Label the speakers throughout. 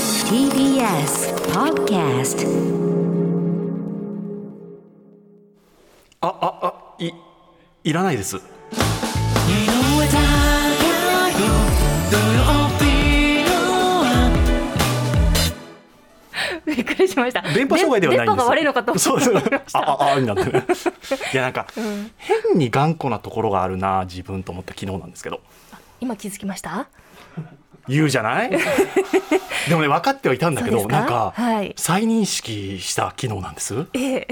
Speaker 1: TBS Podcast
Speaker 2: あああいいらないです
Speaker 3: びっくりしました。
Speaker 2: 電波障害ではないんですよ
Speaker 3: 電波が悪いのかと思った
Speaker 2: そうそうあああになってるいやなん か、変に頑固なところがあるな自分と思った昨日なんですけど
Speaker 3: 今気づきました。
Speaker 2: 言うじゃないでもね分かってはいたんだけど
Speaker 3: そうです
Speaker 2: な
Speaker 3: か
Speaker 2: んか、
Speaker 3: はい
Speaker 2: 再認識した昨日なんです
Speaker 3: ええ、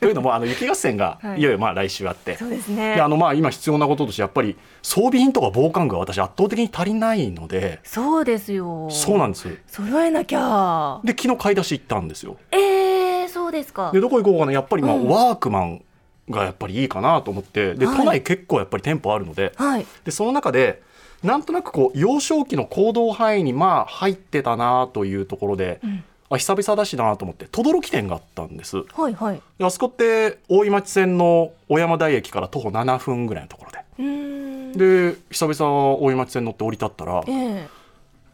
Speaker 2: というのもあの雪合戦が
Speaker 3: はい
Speaker 2: いよいよまあ来週あって、
Speaker 3: そうですね
Speaker 2: で。あのまあ今必要なこととしてやっぱり装備品とか防寒具は私圧倒的に足りないので
Speaker 3: そうですよ。
Speaker 2: そうなんです
Speaker 3: 揃えなきゃ。
Speaker 2: で昨日買い出し行ったんですよ
Speaker 3: ええ、そうですか
Speaker 2: で。どこ行こうかなやっぱりまあ、
Speaker 3: うん
Speaker 2: ワークマンがやっぱりいいかなと思ってで
Speaker 3: はい
Speaker 2: 都内結構やっぱり店舗あるので,、
Speaker 3: はい。
Speaker 2: でその中でなんとなくこう幼少期の行動範囲にまあ入ってたなというところで、
Speaker 3: ん
Speaker 2: あ久々だしなと思って轟店があったんです
Speaker 3: はいはい。
Speaker 2: であそこって大井町線の小山台駅から徒歩7分ぐらいのところで
Speaker 3: うーん。
Speaker 2: で久々大井町線乗って降り立ったら
Speaker 3: ええ。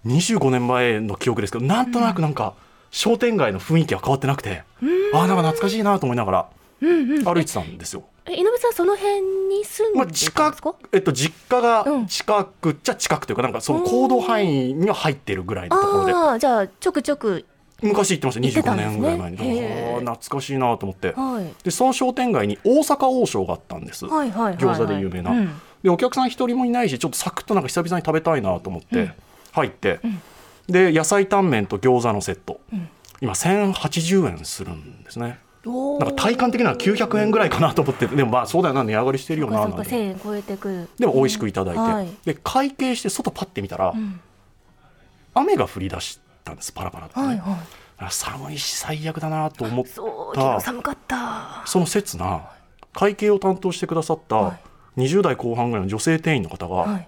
Speaker 2: 25年前の記憶ですけどなんとなくなんか商店街の雰囲気は変わってなくて、ああなんか懐かしいなと思いながら
Speaker 3: うんうん。
Speaker 2: 歩いてたんですよ。
Speaker 3: え井上さんその辺に住ん
Speaker 2: まあ、
Speaker 3: でたん
Speaker 2: 近
Speaker 3: ですか
Speaker 2: く。、えっと、実家が
Speaker 3: うん
Speaker 2: 近くっちゃ近くというか、なんかその行動範囲には入ってるぐらいのところで、
Speaker 3: ああ、じゃあちょくちょく
Speaker 2: 昔行ってました、
Speaker 3: 行ってた
Speaker 2: 25
Speaker 3: んですね
Speaker 2: 年ぐらい前に。
Speaker 3: へえ
Speaker 2: ああ懐かしいなと思って。
Speaker 3: はい
Speaker 2: で、その商店街に大阪王将があったんです。
Speaker 3: はいはいはいはい。
Speaker 2: 餃子で有名な
Speaker 3: うん
Speaker 2: で、お客さん一人もいないし、ちょっとサクッとなんか久々に食べたいなと思っ
Speaker 3: う
Speaker 2: て
Speaker 3: ん、
Speaker 2: 入って、
Speaker 3: うん
Speaker 2: で、野菜タンメンと餃子のセット、
Speaker 3: うん
Speaker 2: 今、1080円するんですね。
Speaker 3: おー
Speaker 2: なんか体感的には900円ぐらいかなと思って、でもまあ、そうだよな、値上がりしてるよな、
Speaker 3: そう
Speaker 2: なん
Speaker 3: かそうか
Speaker 2: て
Speaker 3: 1000円超えてくる
Speaker 2: でも美味しくいただいて、
Speaker 3: うんはい
Speaker 2: で会計して外パッて見たら、
Speaker 3: うん
Speaker 2: 雨が降り出したんですパラパラってね、
Speaker 3: はいはい
Speaker 2: あ寒いし最悪だなと思って
Speaker 3: そう昨日寒かった
Speaker 2: その刹那会計を担当してくださっ
Speaker 3: は
Speaker 2: た20代後半ぐらいの女性店員の方が、
Speaker 3: はい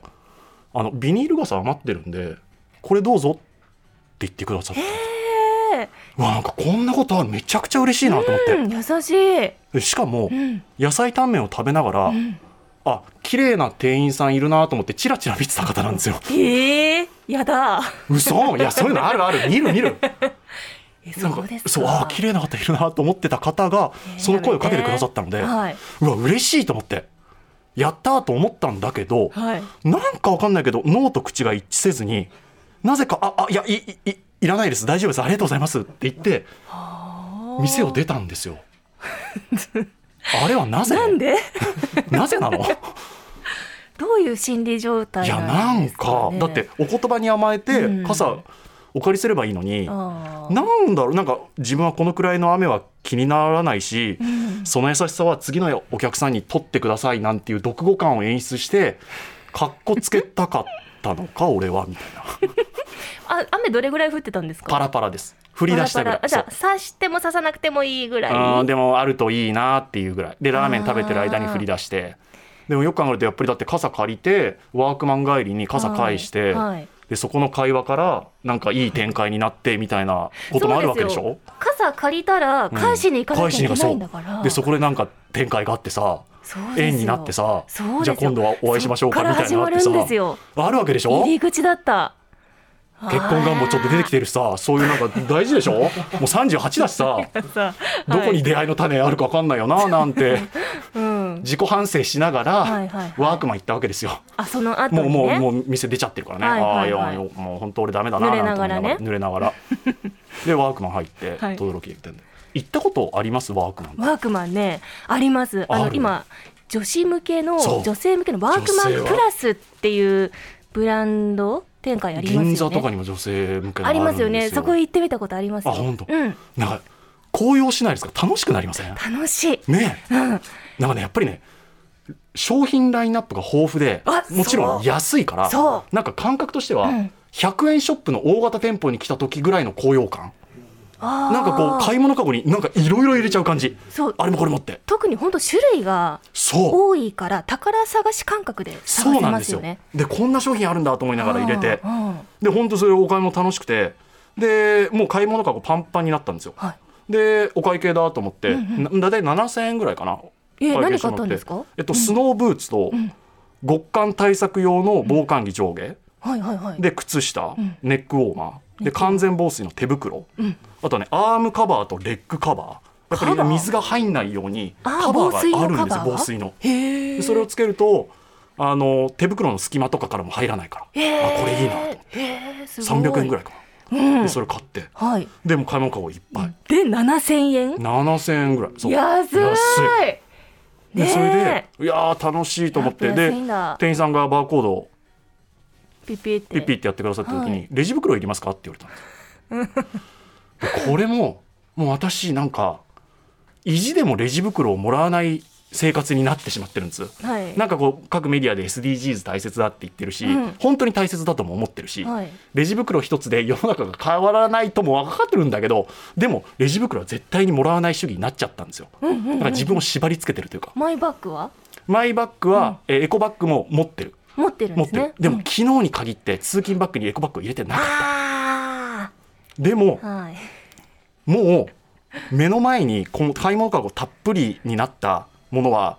Speaker 2: あのビニール傘余ってるんでこれどうぞって言ってくださって、
Speaker 3: え
Speaker 2: うわなんかこんなことあるめちゃくちゃ嬉しいなと思って、
Speaker 3: えうん優しい
Speaker 2: でしかも、
Speaker 3: うん
Speaker 2: 野菜タンメンを食べながら、
Speaker 3: ん
Speaker 2: あ綺麗な店員さんいるなと思ってチラチラ見てた方なんですよ
Speaker 3: ええやだ
Speaker 2: 嘘いやそういうのあるある見る見 る
Speaker 3: え
Speaker 2: なん
Speaker 3: そう
Speaker 2: か
Speaker 3: ですか
Speaker 2: そうああ綺麗な方いるなと思ってた方が
Speaker 3: え
Speaker 2: その声をかけてくださったので、
Speaker 3: はい、
Speaker 2: うわ嬉しいと思ってやったーと思ったんだけど
Speaker 3: はい、
Speaker 2: なんかわかんないけど脳と口が一致せずになぜか「ああいやいいいいらないです大丈夫ですありがとうございます」って言って店を出たんです よ。あれはなぜ
Speaker 3: なんで
Speaker 2: なぜなの
Speaker 3: どういう心理状態
Speaker 2: いや
Speaker 3: な
Speaker 2: なんん
Speaker 3: ですか
Speaker 2: か、
Speaker 3: ね、
Speaker 2: だってお言葉に甘えて
Speaker 3: うん
Speaker 2: 傘お借りすればいいのに。
Speaker 3: あー
Speaker 2: なんだろうなんか自分はこのくらいの雨は気にならないし、その優しさは次のお客さんに取ってくださいなんていう独語感を演出してかっこつけたかったのか俺はみたいな
Speaker 3: あ雨どれぐらい降ってたんですか
Speaker 2: パラパラです振り出したぐらい
Speaker 3: パラパラあじゃあ刺しても刺さなくてもいいぐらい
Speaker 2: そううんでもあるといいなっていうぐらいでラーメン食べてる間に振り出してでもよく考えるとやっぱりだって傘借りてワークマン帰りに傘返して、
Speaker 3: はいはい
Speaker 2: でそこの会話からなんかいい展開になってみたいなこともあるわけでし
Speaker 3: そう
Speaker 2: ょ
Speaker 3: すよ傘借りたら返しに行かなきゃいけないんだから、
Speaker 2: でそこでなんか展開があってさ
Speaker 3: そうですよ
Speaker 2: 縁になってさ
Speaker 3: そうです
Speaker 2: じゃ
Speaker 3: よ
Speaker 2: あ今度はお会いしましょうか
Speaker 3: そ
Speaker 2: み
Speaker 3: っら
Speaker 2: たいになって
Speaker 3: 始
Speaker 2: さ
Speaker 3: まるんですよ
Speaker 2: あるわけでしょ
Speaker 3: 入り
Speaker 2: 結
Speaker 3: 口だった
Speaker 2: 婚願望ちょっと出てきてるしさそういうなんか大事でしょもう38だし さ
Speaker 3: てさ
Speaker 2: どこに出会いの種あるか分かんないよななんて
Speaker 3: うん
Speaker 2: 自己反省しながら
Speaker 3: はいはいはい
Speaker 2: ワークマン行ったわけですよ。
Speaker 3: あその後
Speaker 2: もう
Speaker 3: にね
Speaker 2: もうもう店出ちゃってるからね、
Speaker 3: はい
Speaker 2: あ
Speaker 3: はいはい
Speaker 2: あいやいやもう本当俺ダメだな
Speaker 3: 濡
Speaker 2: なん
Speaker 3: れな
Speaker 2: て思
Speaker 3: が
Speaker 2: い
Speaker 3: ら
Speaker 2: な
Speaker 3: ね
Speaker 2: がら濡れながら でワークマン入って
Speaker 3: はい
Speaker 2: 轟行ってんで行ったことありますワークマン
Speaker 3: ワークマンねありますあ
Speaker 2: あ
Speaker 3: の
Speaker 2: る
Speaker 3: 今女子向けの
Speaker 2: そう
Speaker 3: 女性向けのワークマン
Speaker 2: 女性は
Speaker 3: プラスっていうブランド展開ありますよね
Speaker 2: 銀座とかにも女性向けの
Speaker 3: ありますよ
Speaker 2: あるん
Speaker 3: ね
Speaker 2: ですよ
Speaker 3: そこ行ってみたことありますよ
Speaker 2: あほんと
Speaker 3: うん
Speaker 2: なんか高揚しないですか楽しくなりません
Speaker 3: 楽しい
Speaker 2: ねえ
Speaker 3: うん
Speaker 2: なんかねやっぱりね商品ラインナップが豊富で
Speaker 3: あ
Speaker 2: もちろん
Speaker 3: そう
Speaker 2: 安いから
Speaker 3: そ
Speaker 2: なんか感覚としては、
Speaker 3: うん
Speaker 2: 100円ショップの大型店舗に来た時ぐらいの高揚感
Speaker 3: あー
Speaker 2: なんかこう買い物かごになんかいろいろ入れちゃう感じ
Speaker 3: そう
Speaker 2: あれもこれもって
Speaker 3: 特に本当種類が
Speaker 2: そう
Speaker 3: 多いから宝探し感覚で探
Speaker 2: そ
Speaker 3: せ
Speaker 2: うなん
Speaker 3: ま
Speaker 2: ですす
Speaker 3: よ
Speaker 2: よ
Speaker 3: ね
Speaker 2: でこんな商品あるんだと思いながら入れて
Speaker 3: うんうん
Speaker 2: で本当それお買い物楽しくてでもう買い物かごパンパンになったんですよ
Speaker 3: はい
Speaker 2: でお会計だと思って、
Speaker 3: うん
Speaker 2: な大体7000円ぐらいかな
Speaker 3: え
Speaker 2: 会計
Speaker 3: 何
Speaker 2: して
Speaker 3: 買っ
Speaker 2: もら
Speaker 3: た
Speaker 2: っ
Speaker 3: ん
Speaker 2: て
Speaker 3: ですか
Speaker 2: えっと、スノーブーツと極寒対策用の防寒着上下、
Speaker 3: はいはいはい
Speaker 2: で靴下、
Speaker 3: ん
Speaker 2: ネックウォーマーで完全防水の手袋、
Speaker 3: ん
Speaker 2: あとねアームカバーとレッグカバーやっぱり
Speaker 3: カバー
Speaker 2: 水が入んないように
Speaker 3: あー
Speaker 2: カバーがあるんです
Speaker 3: 防水のカ
Speaker 2: よ
Speaker 3: バー
Speaker 2: 防水の
Speaker 3: へ
Speaker 2: でそれをつけるとあの手袋の隙間とかからも入らないから、
Speaker 3: え
Speaker 2: あこれいいなと思って
Speaker 3: へえすごい
Speaker 2: 300円ぐらいか
Speaker 3: い、
Speaker 2: な、
Speaker 3: うん
Speaker 2: で、それ買って
Speaker 3: はい
Speaker 2: でも買い物かごいっぱい、
Speaker 3: で7000円
Speaker 2: 7000円ぐらいそう
Speaker 3: 安い
Speaker 2: でそれ
Speaker 3: ね
Speaker 2: でいやー楽しいと思って
Speaker 3: やっぱ
Speaker 2: で
Speaker 3: 安いんだ
Speaker 2: 店員さんがバーコードを
Speaker 3: ピピって
Speaker 2: ピッピってやってくださった時に、
Speaker 3: はい
Speaker 2: レジ袋いりますかって言われたんですよでこれももう私なんか意地でもレジ袋をもらわない生活になってしまってるんです
Speaker 3: はい
Speaker 2: なんかこう各メディアで SDGs 大切だって言ってるし、
Speaker 3: うん
Speaker 2: 本当に大切だとも思ってるし、
Speaker 3: はい
Speaker 2: レジ袋一つで世の中が変わらないとも分かってるんだけどでもレジ袋は絶対にもらわない主義になっちゃったんですよ、だから自分を縛りつけてるというか
Speaker 3: マイバッグは
Speaker 2: マイバッグは、えーエコバッグも持ってる
Speaker 3: 持ってるん
Speaker 2: 持
Speaker 3: で
Speaker 2: っ
Speaker 3: す
Speaker 2: てる、
Speaker 3: ね
Speaker 2: でも
Speaker 3: うん
Speaker 2: 昨日に限って通勤バッグにエコバッグを入れてなかった
Speaker 3: あ
Speaker 2: でも
Speaker 3: あはい
Speaker 2: もう目の前にこの買い物かごたっぷりになったものは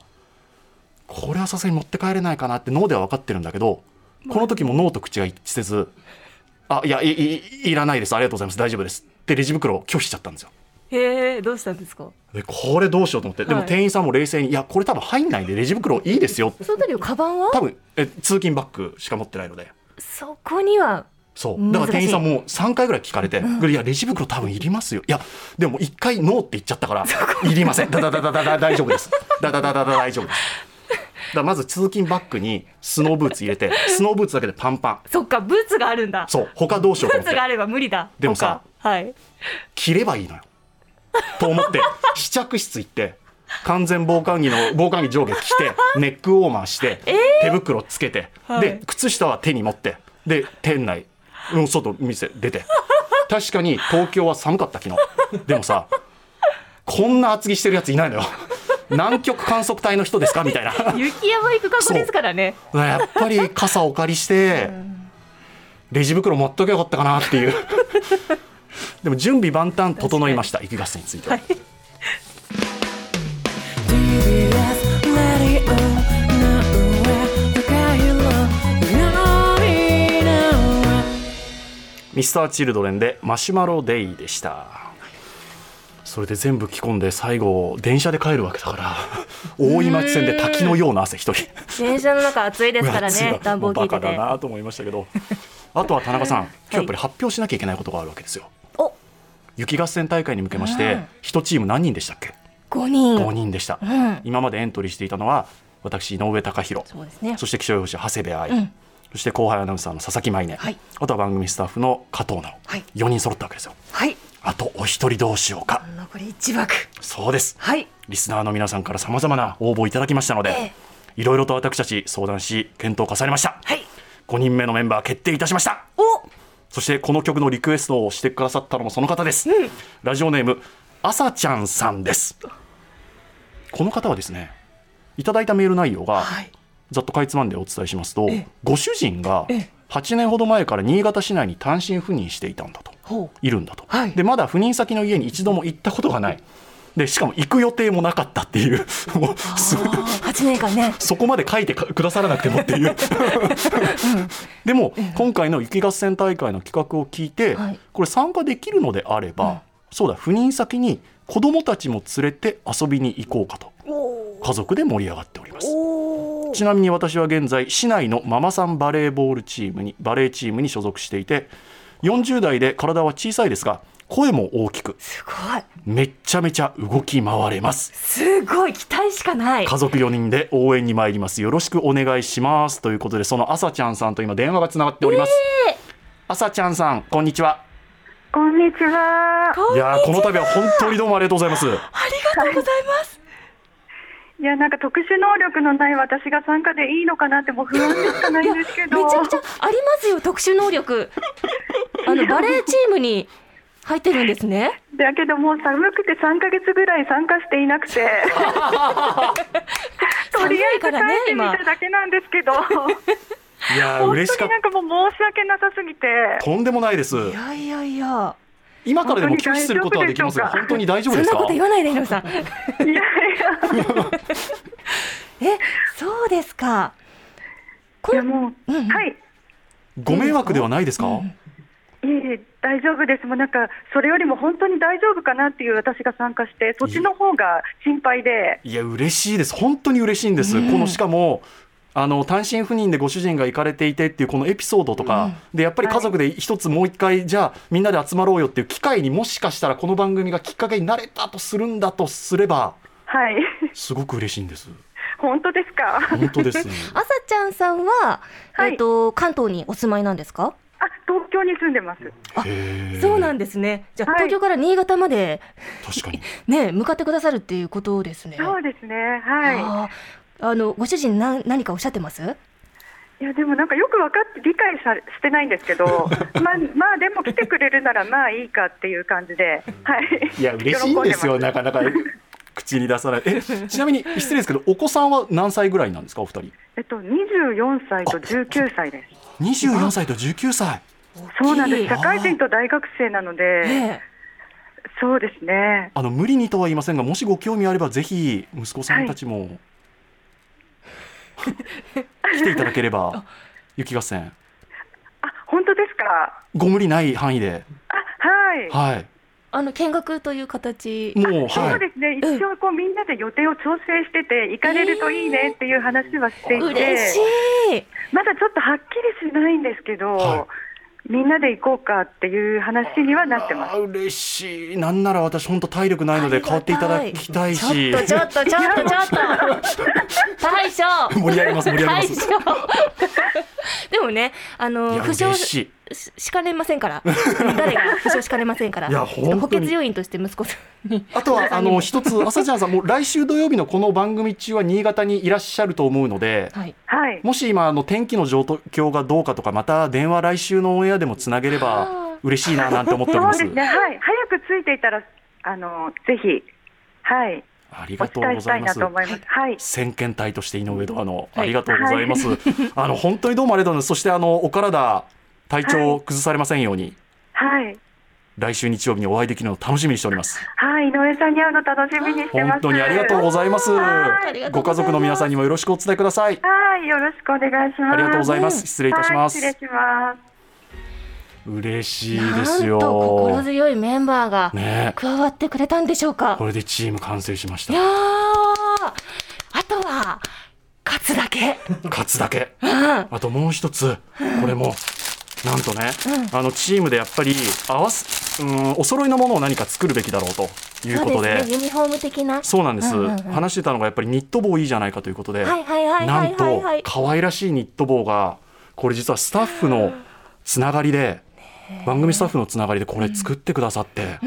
Speaker 2: これはさすがに持って帰れないかなって脳では分かってるんだけどこの時も脳と口が一致せず「あいやいいいらないですありがとうございます大丈夫です」ってレジ袋を拒否しちゃったんですよ。
Speaker 3: へえどうしたんですか
Speaker 2: でこれどうしようと思ってでも
Speaker 3: はい
Speaker 2: 店員さんも冷静に「いやこれ多分入んないんでレジ袋いいですよ」って
Speaker 3: その時のカバンは
Speaker 2: 多分え通勤バッグしか持ってないので。
Speaker 3: そこには
Speaker 2: そうだから店員さんも3回ぐらい聞かれて「いやレジ袋多分いりますよ」いやでも1回ノーって言っちゃった から「いりません」だだだだだだ大丈夫です」だだだだだ大丈夫です。だからまず通勤バッグにスノーブーツ入れてスノーブーツだけでパンパン
Speaker 3: そっかブーツがあるんだ
Speaker 2: そう他どうしようと
Speaker 3: ブー
Speaker 2: 思っ
Speaker 3: ツがあ
Speaker 2: て
Speaker 3: れば無理だ
Speaker 2: でもさ
Speaker 3: 他はい
Speaker 2: 着ればいいのよと思 って試着室行って完全防寒着の防寒着上下着 てネックウォーマーして、手袋つけて、
Speaker 3: はい
Speaker 2: で靴下は手に持ってで店内うん外店出て確かに東京は寒かった昨日でもさこんな厚着してるやついないのよ南極観測隊の人ですかみたいな
Speaker 3: 雪山行く格好ですからね
Speaker 2: やっぱり傘お借りして、レジ袋持っとけばよかったかなっていう でも準備万端整いました雪合戦については、
Speaker 4: TBS ラディオ
Speaker 2: ミスターチルドレンでマシュマロデイでしたそれで全部着込んで最後電車で帰るわけだから大井町線で滝のような汗一人
Speaker 3: 電車の中暑いですから
Speaker 2: 暑いわ
Speaker 3: ね暖房効いて
Speaker 2: もうバカだ
Speaker 3: て
Speaker 2: なと思いましたけどあとは田中さん今日やっぱり発表しなきゃいけないことがあるわけですよ
Speaker 3: お
Speaker 2: 雪合戦大会に向けまし
Speaker 3: う
Speaker 2: て
Speaker 3: ん
Speaker 2: 一チーム何人でしたっけ
Speaker 3: 5人
Speaker 2: 5人でした、
Speaker 3: ん
Speaker 2: 今までエントリーしていたのは私井上貴博
Speaker 3: そうですね
Speaker 2: そして気象予報士長谷部愛、
Speaker 3: うん
Speaker 2: そして後輩アナウンサーの佐々木舞音、
Speaker 3: はい
Speaker 2: あとは番組スタッフの加藤直、
Speaker 3: はい
Speaker 2: 4人揃ったわけですよ
Speaker 3: はい
Speaker 2: あとお一人どうしようか
Speaker 3: 残り1枠
Speaker 2: そうです
Speaker 3: はい
Speaker 2: リスナーの皆さんからさまざまな応募をいただきましたので、
Speaker 3: え
Speaker 2: いろいろと私たち相談し検討を重ねました、
Speaker 3: はい
Speaker 2: 5人目のメンバー決定いたしました
Speaker 3: お
Speaker 2: そしてこの曲のリクエストをしてくださったのもその方です、ラジオネームあさちゃんさんですこの方はですねいただいたメール内容が、
Speaker 3: はい
Speaker 2: ざっとかいつまんでお伝えしますと
Speaker 3: え
Speaker 2: ご主人が
Speaker 3: ええ
Speaker 2: 8年ほど前から新潟市内に単身赴任していたんだと
Speaker 3: ほう
Speaker 2: いるんだと、
Speaker 3: はい
Speaker 2: でまだ赴任先の家に一度も行ったことがないでしかも行く予定もなかったっていうもうすごい
Speaker 3: 8年間ね
Speaker 2: そこまで書いてかくださらなくてもっていうでも今回の雪合戦大会の企画を聞いて、
Speaker 3: はい
Speaker 2: これ参加できるのであれば、そうだ赴任先に子供たちも連れて遊びに行こうかと
Speaker 3: お
Speaker 2: 家族で盛り上がっております
Speaker 3: お
Speaker 2: ちなみに私は現在市内のママさんバレーボールチームにバレーチームに所属していて40代で体は小さいですが声も大きく
Speaker 3: すごい
Speaker 2: めっちゃめちゃ動き回れます
Speaker 3: すごい期待しかない
Speaker 2: 家族4人で応援に参りますよろしくお願いしますということでその朝ちゃんさんと今電話がつながっております、朝ちゃんさんこんにちは
Speaker 5: こんにちは。
Speaker 3: こん
Speaker 2: い
Speaker 3: に
Speaker 2: やーこの度は本当にどうもありがとうございます
Speaker 3: ありがとうございます
Speaker 5: いや、なんか特殊能力のない私が参加でいいのかなって、もう不安でしかないんです
Speaker 3: め
Speaker 5: けど。
Speaker 3: ちゃくちゃありますよ特殊能 力あのバレーチームに入ってるんですね
Speaker 5: だけど、もう寒くて3ヶ月ぐらい参加していなくて。とりあえず帰ってみただけなんです けど。
Speaker 2: いやー
Speaker 5: 本当
Speaker 2: 嬉しか
Speaker 5: に
Speaker 2: っ
Speaker 5: なんかもう申し訳なさすぎて。
Speaker 2: たとんでもないです
Speaker 3: いやいやいや
Speaker 2: 今からでも拒否することはできますが本
Speaker 5: 本
Speaker 2: 当に大丈夫
Speaker 3: そ
Speaker 2: で
Speaker 3: んな
Speaker 2: すか
Speaker 3: こと言わないで井上さんえ
Speaker 5: いやいや、
Speaker 3: そうですかこ
Speaker 5: い
Speaker 3: れ
Speaker 5: やもう、
Speaker 3: うんうん
Speaker 5: はい。
Speaker 2: ご迷惑ではないですか、
Speaker 5: いえいえ、大丈夫です。もうなんか、それよりも本当に大丈夫かなっていう私が参加して、そっちの方が心配で、
Speaker 2: いや嬉しいです本当に嬉しいんです、このしかもあの単身赴任でご主人が行かれていてっていうこのエピソードとか、でやっぱり家族で一つもう一回じゃあみんなで集まろうよっていう機会にもしかしたらこの番組がきっかけになれたとするんだとすれば
Speaker 5: はい。
Speaker 2: すごく嬉しいんです
Speaker 5: 本当ですか。
Speaker 2: 本当 です
Speaker 3: 朝ちゃんさんは、
Speaker 5: はい
Speaker 3: えっと関東にお住まいなんですか？
Speaker 5: あ、東京に住んでます。
Speaker 2: へー
Speaker 3: そうなんですね。じゃあ、
Speaker 5: はい
Speaker 3: 東京から新潟まで
Speaker 2: 確かに
Speaker 3: ね向かってくださるっていうことですね。
Speaker 5: そうですね。
Speaker 3: あ
Speaker 5: は
Speaker 3: ーあのご主人な何かおっしゃってます？
Speaker 5: い。いや、でもなんかよく分かって、理解さしてないんで すけど、まあ、まあでも来てくれるならまあいいかっていう感じで、はい。
Speaker 2: いや嬉しいんですよ
Speaker 5: 喜
Speaker 2: なかなか口に出さないえちなみに失礼ですけどお子さんは何歳ぐらいなんですかお二人
Speaker 5: えっと、24歳と19歳です。
Speaker 2: 24歳と19歳
Speaker 5: そうなんです。
Speaker 3: 大
Speaker 5: 社
Speaker 3: きい
Speaker 5: 会人と大学生なので、
Speaker 3: ね
Speaker 5: そうですね。
Speaker 2: あの無理にとは言いませんがもしご興味あればぜひ息子さんたちも、来ていただければ雪合戦
Speaker 5: あ、本当ですか。
Speaker 2: ご無理ない範囲で
Speaker 5: あ、はい。
Speaker 2: はい
Speaker 3: あの見学という形。
Speaker 2: もうは
Speaker 5: そう
Speaker 2: い
Speaker 5: ですね、一応こうみんなで予定を調整してて、行かれるといいねっていう話はしていて、
Speaker 3: 嬉しい。
Speaker 5: まだちょっとはっきりしないんですけど、
Speaker 2: は
Speaker 5: みんなで行こうかっていう話にはなってま
Speaker 2: あ
Speaker 5: す。
Speaker 2: ー嬉しいなんなら私本当体力ないので変わっていただきたいし
Speaker 3: ちょっとちょっとちょっとちょっと大将
Speaker 2: 盛り上げます盛り上げま
Speaker 3: 大
Speaker 2: す
Speaker 3: 将でもねあ
Speaker 2: い
Speaker 3: の
Speaker 2: や
Speaker 3: 負傷
Speaker 2: 嬉
Speaker 3: し
Speaker 2: しい
Speaker 3: しかれませんから誰が負傷しかれませんから
Speaker 2: いや
Speaker 3: ちょっと
Speaker 2: 本
Speaker 3: 補
Speaker 2: 当に
Speaker 3: 欠要員として息子さんに
Speaker 2: あとはあ
Speaker 3: に
Speaker 2: の一つ朝ちゃんさんもう来週土曜日のこの番組中は新潟にいらっしゃると思うので、
Speaker 3: はい
Speaker 5: はい。
Speaker 2: もし今あの天気の状況がどうかとかまた電話来週のオンエアでもつなげれば嬉しいななんて思っており
Speaker 5: そ
Speaker 2: ま
Speaker 5: う
Speaker 2: す
Speaker 5: ですね、はい。早くついていたら、あの、ぜひ、はい、
Speaker 2: あり
Speaker 5: お
Speaker 2: がとう
Speaker 5: 伝え
Speaker 2: ご
Speaker 5: した
Speaker 2: ざい
Speaker 5: い
Speaker 2: ま
Speaker 5: な
Speaker 2: す
Speaker 5: と思います。はい。
Speaker 2: 先見隊として井上殿の、
Speaker 3: はい
Speaker 2: ありがとうございます、あの本当にどうもありがとうございますそしてあのお体体調を崩されませんように、
Speaker 5: はい。
Speaker 2: 来週日曜日にお会いできるのを楽しみにしております
Speaker 5: はい、井上さんに会うの楽しみにしてます。
Speaker 2: 本当にありがとうございます
Speaker 5: はい
Speaker 3: ありがと
Speaker 2: ご
Speaker 3: うご
Speaker 2: 家
Speaker 3: ざいます
Speaker 2: 族の皆さんにもよろしくお伝えください
Speaker 5: はい、よろしくお願いします。
Speaker 2: ありがとうございます失礼いたします
Speaker 5: はい、失礼します。
Speaker 2: 嬉しい
Speaker 3: な
Speaker 2: で
Speaker 3: ん
Speaker 2: すよ
Speaker 3: と心強いメンバーが
Speaker 2: ねえ
Speaker 3: 加わってくれたんでしょうか、
Speaker 2: これでチーム完成しまし
Speaker 3: いや
Speaker 2: た
Speaker 3: ーあとは勝つだけ
Speaker 2: 勝つだけあともう一つ、これも、なんとね、あのチームでやっぱり合わす、うん、お揃いのものを何か作るべきだろうという
Speaker 3: そう
Speaker 2: ことで、
Speaker 3: で
Speaker 2: そう
Speaker 3: すねユニフォーム的な
Speaker 2: なんです、
Speaker 3: うんうんうん
Speaker 2: 話してたのがやっぱりニット帽いいじゃないかということで、
Speaker 3: はいはいはい
Speaker 2: な
Speaker 3: は
Speaker 2: ん
Speaker 3: いはい
Speaker 2: と
Speaker 3: はい
Speaker 2: 可愛らしいニット帽が、これ実はスタッフのつながりで、番組スタッフのつながりでこれ作ってくださって、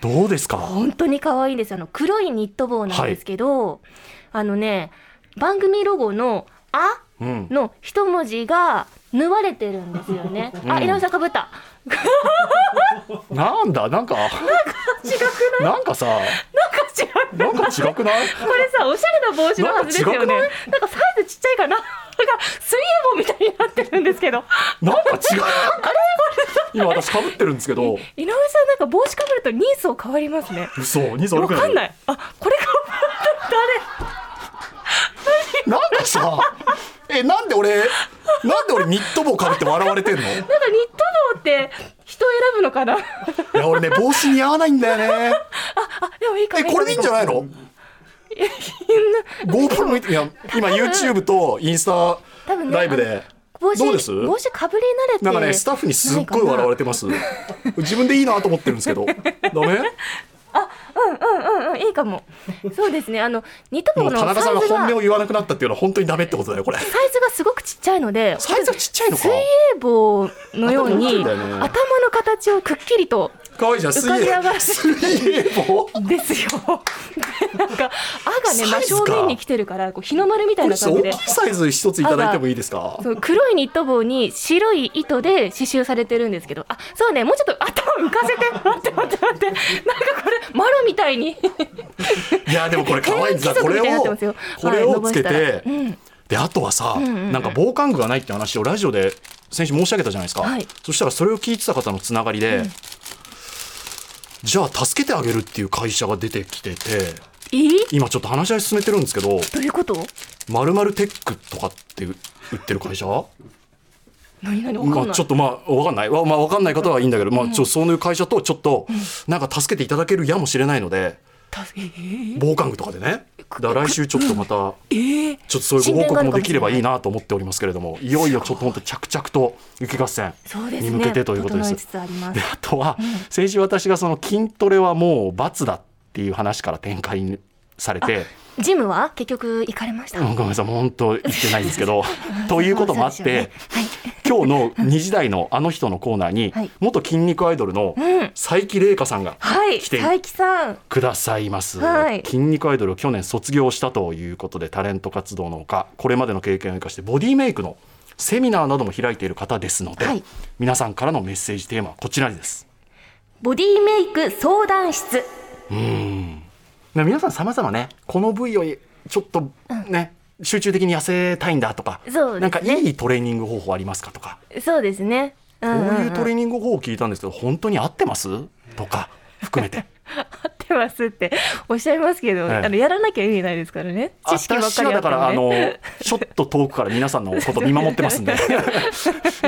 Speaker 2: どうですか、
Speaker 3: 本当に可愛いです。あの黒いニット帽なんですけど、あのね、番組ロゴのあ
Speaker 2: うん、
Speaker 3: の一文字が縫われてるんですよね。
Speaker 2: う
Speaker 3: あ、
Speaker 2: ん
Speaker 3: 井上さんかぶった。
Speaker 2: なんだなんかなんかさ
Speaker 3: なんか違う。
Speaker 2: なんか違くない
Speaker 3: これさ、おしゃれな帽子のはずですよね。
Speaker 2: な
Speaker 3: なんん
Speaker 2: か
Speaker 3: かサイズちっちゃいかな。なんか水泳帽みたいになってるんですけど、
Speaker 2: なんか違う今私かぶってるんですけど
Speaker 3: 井上さんなんか帽子かぶると人相変わりますね。
Speaker 2: 嘘2そ
Speaker 3: わかんないい。あ、これか
Speaker 2: なんかさえなんで俺なんで俺ニット帽かぶって笑われてんのい
Speaker 3: なんかニット帽って人選ぶのかな。あ、
Speaker 2: や俺ね帽子似合わないんだよね
Speaker 3: でもいいか
Speaker 2: え
Speaker 3: も。
Speaker 2: これでいいんじゃないの
Speaker 3: いやみんな
Speaker 2: GoPro のいや今 YouTube とインスタ
Speaker 3: 多分ね
Speaker 2: ライブで
Speaker 3: あの帽子
Speaker 2: どうです
Speaker 3: 帽子かぶり慣れて
Speaker 2: なんかねスタッフにすっごい笑われてます自分でいいなと思ってるんですけどダメ
Speaker 3: うんうんうんいいかもそうですねあのニット
Speaker 2: も
Speaker 3: 帽
Speaker 2: う
Speaker 3: の
Speaker 2: 田
Speaker 3: サイ
Speaker 2: 中
Speaker 3: ズ
Speaker 2: さんが
Speaker 3: が
Speaker 2: 本
Speaker 3: サ
Speaker 2: 音を言わなくなったっていうのは本当にダメってことだよこれ
Speaker 3: イズがすごくちっちゃいので
Speaker 2: サイズがちっちゃいのか
Speaker 3: 水泳帽のよう
Speaker 2: 頭大きい
Speaker 3: に
Speaker 2: んだよね
Speaker 3: 頭の形をくっきりと
Speaker 2: 可愛いじゃん
Speaker 3: 浮
Speaker 2: 水
Speaker 3: かび上
Speaker 2: 泳
Speaker 3: がる
Speaker 2: 水泳帽
Speaker 3: ですよ なんか「あ」
Speaker 2: サ
Speaker 3: がね真
Speaker 2: イズか
Speaker 3: 正面に来てるからこう日の丸みたい
Speaker 2: これ
Speaker 3: な
Speaker 2: ちょ
Speaker 3: 感
Speaker 2: っ
Speaker 3: じ
Speaker 2: と大
Speaker 3: で
Speaker 2: きいサイズ一ついただいてもいいですか
Speaker 3: そう黒いニット帽に白い糸で刺繍されてるんですけどあそうねもうちょっと頭浮かせて 待って待って待ってなんかこれマロみたいに
Speaker 2: いやでもこれ可愛いんだ
Speaker 3: 天
Speaker 2: これ
Speaker 3: 然貴族みたいになって
Speaker 2: を
Speaker 3: ますよ
Speaker 2: これ
Speaker 3: はい
Speaker 2: を
Speaker 3: 伸ば
Speaker 2: つ
Speaker 3: し
Speaker 2: け
Speaker 3: たら
Speaker 2: て、であとはさ、なんか防寒具がないって話をラジオで先週申し上げたじゃないですか、
Speaker 3: はい
Speaker 2: そしたらそれを聞いてた方のつながりで、じゃあ助けてあげるっていう会社が出てきてて
Speaker 3: えー
Speaker 2: 今ちょっと話し合い進めてるんですけど
Speaker 3: どういうこと
Speaker 2: まるまるテックとかって売ってる会社
Speaker 3: 何々わかん
Speaker 2: ま
Speaker 3: ない、
Speaker 2: あ、ちょっとまあわかんないわ、まあ、わかんない方はいいんだけど、まあ、ちょそういう会社とちょっとなんか助けていただけるやもしれないので
Speaker 3: たえー
Speaker 2: 防寒具とかでねだから来週ちょっとまた
Speaker 3: えー
Speaker 2: ちょっとそういうご報告もできればいいなと思っておりますけれどもいよいよちょっと本当に着々と雪合戦
Speaker 3: そうですね
Speaker 2: に向けてということです。
Speaker 3: 整いつつあります
Speaker 2: であとは先週私がその筋トレはもう罰だっていう話から展開されて。
Speaker 3: ジムは結局行かれました、
Speaker 2: うんごめんなさい、もう本当言ってないんですけど。 ということもあっ
Speaker 3: そうで
Speaker 2: て、今日の2時台のあの人のコーナーに、
Speaker 3: はい
Speaker 2: 元筋肉アイドルの
Speaker 3: うん
Speaker 2: 佐伯玲香さんが
Speaker 3: はい
Speaker 2: 来て
Speaker 3: 佐伯さん
Speaker 2: くださいます、
Speaker 3: はい
Speaker 2: 筋肉アイドルを去年卒業したということで、タレント活動のほか、これまでの経験を生かして、ボディメイクのセミナーなども開いている方ですので、
Speaker 3: はい
Speaker 2: 皆さんからのメッセージテーマはこちらです。
Speaker 3: ボディメイク相談室
Speaker 2: ね皆さん様々ね、この部位をちょっとね、集中的に痩せたいんだとか、
Speaker 3: そうですね
Speaker 2: なんかいいトレーニング方法ありますかとか、
Speaker 3: そうですねこ
Speaker 2: こういうトレーニング方法を聞いたんですけど、本当に合ってますとか含めて。
Speaker 3: ってますっておっしゃいますけど、
Speaker 2: ええ
Speaker 3: あのやらなきゃ意味ないですからね知識ばっか
Speaker 2: 私
Speaker 3: り
Speaker 2: は
Speaker 3: あ
Speaker 2: だ
Speaker 3: っ
Speaker 2: か
Speaker 3: て
Speaker 2: ら、
Speaker 3: も
Speaker 2: あの
Speaker 3: ね、
Speaker 2: ちょっと遠くから皆さんのこと見守ってますん で、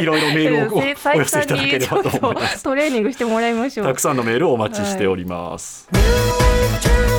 Speaker 2: いろいろメールをおお
Speaker 3: で佐伯
Speaker 2: 寄せいただければと
Speaker 3: さん
Speaker 2: 思い
Speaker 3: に
Speaker 2: ま
Speaker 3: ちょっ
Speaker 2: す。
Speaker 3: トレーニングしてもらいましょ
Speaker 2: た
Speaker 3: う
Speaker 2: くさんのメールをお待ちしております。
Speaker 4: Turn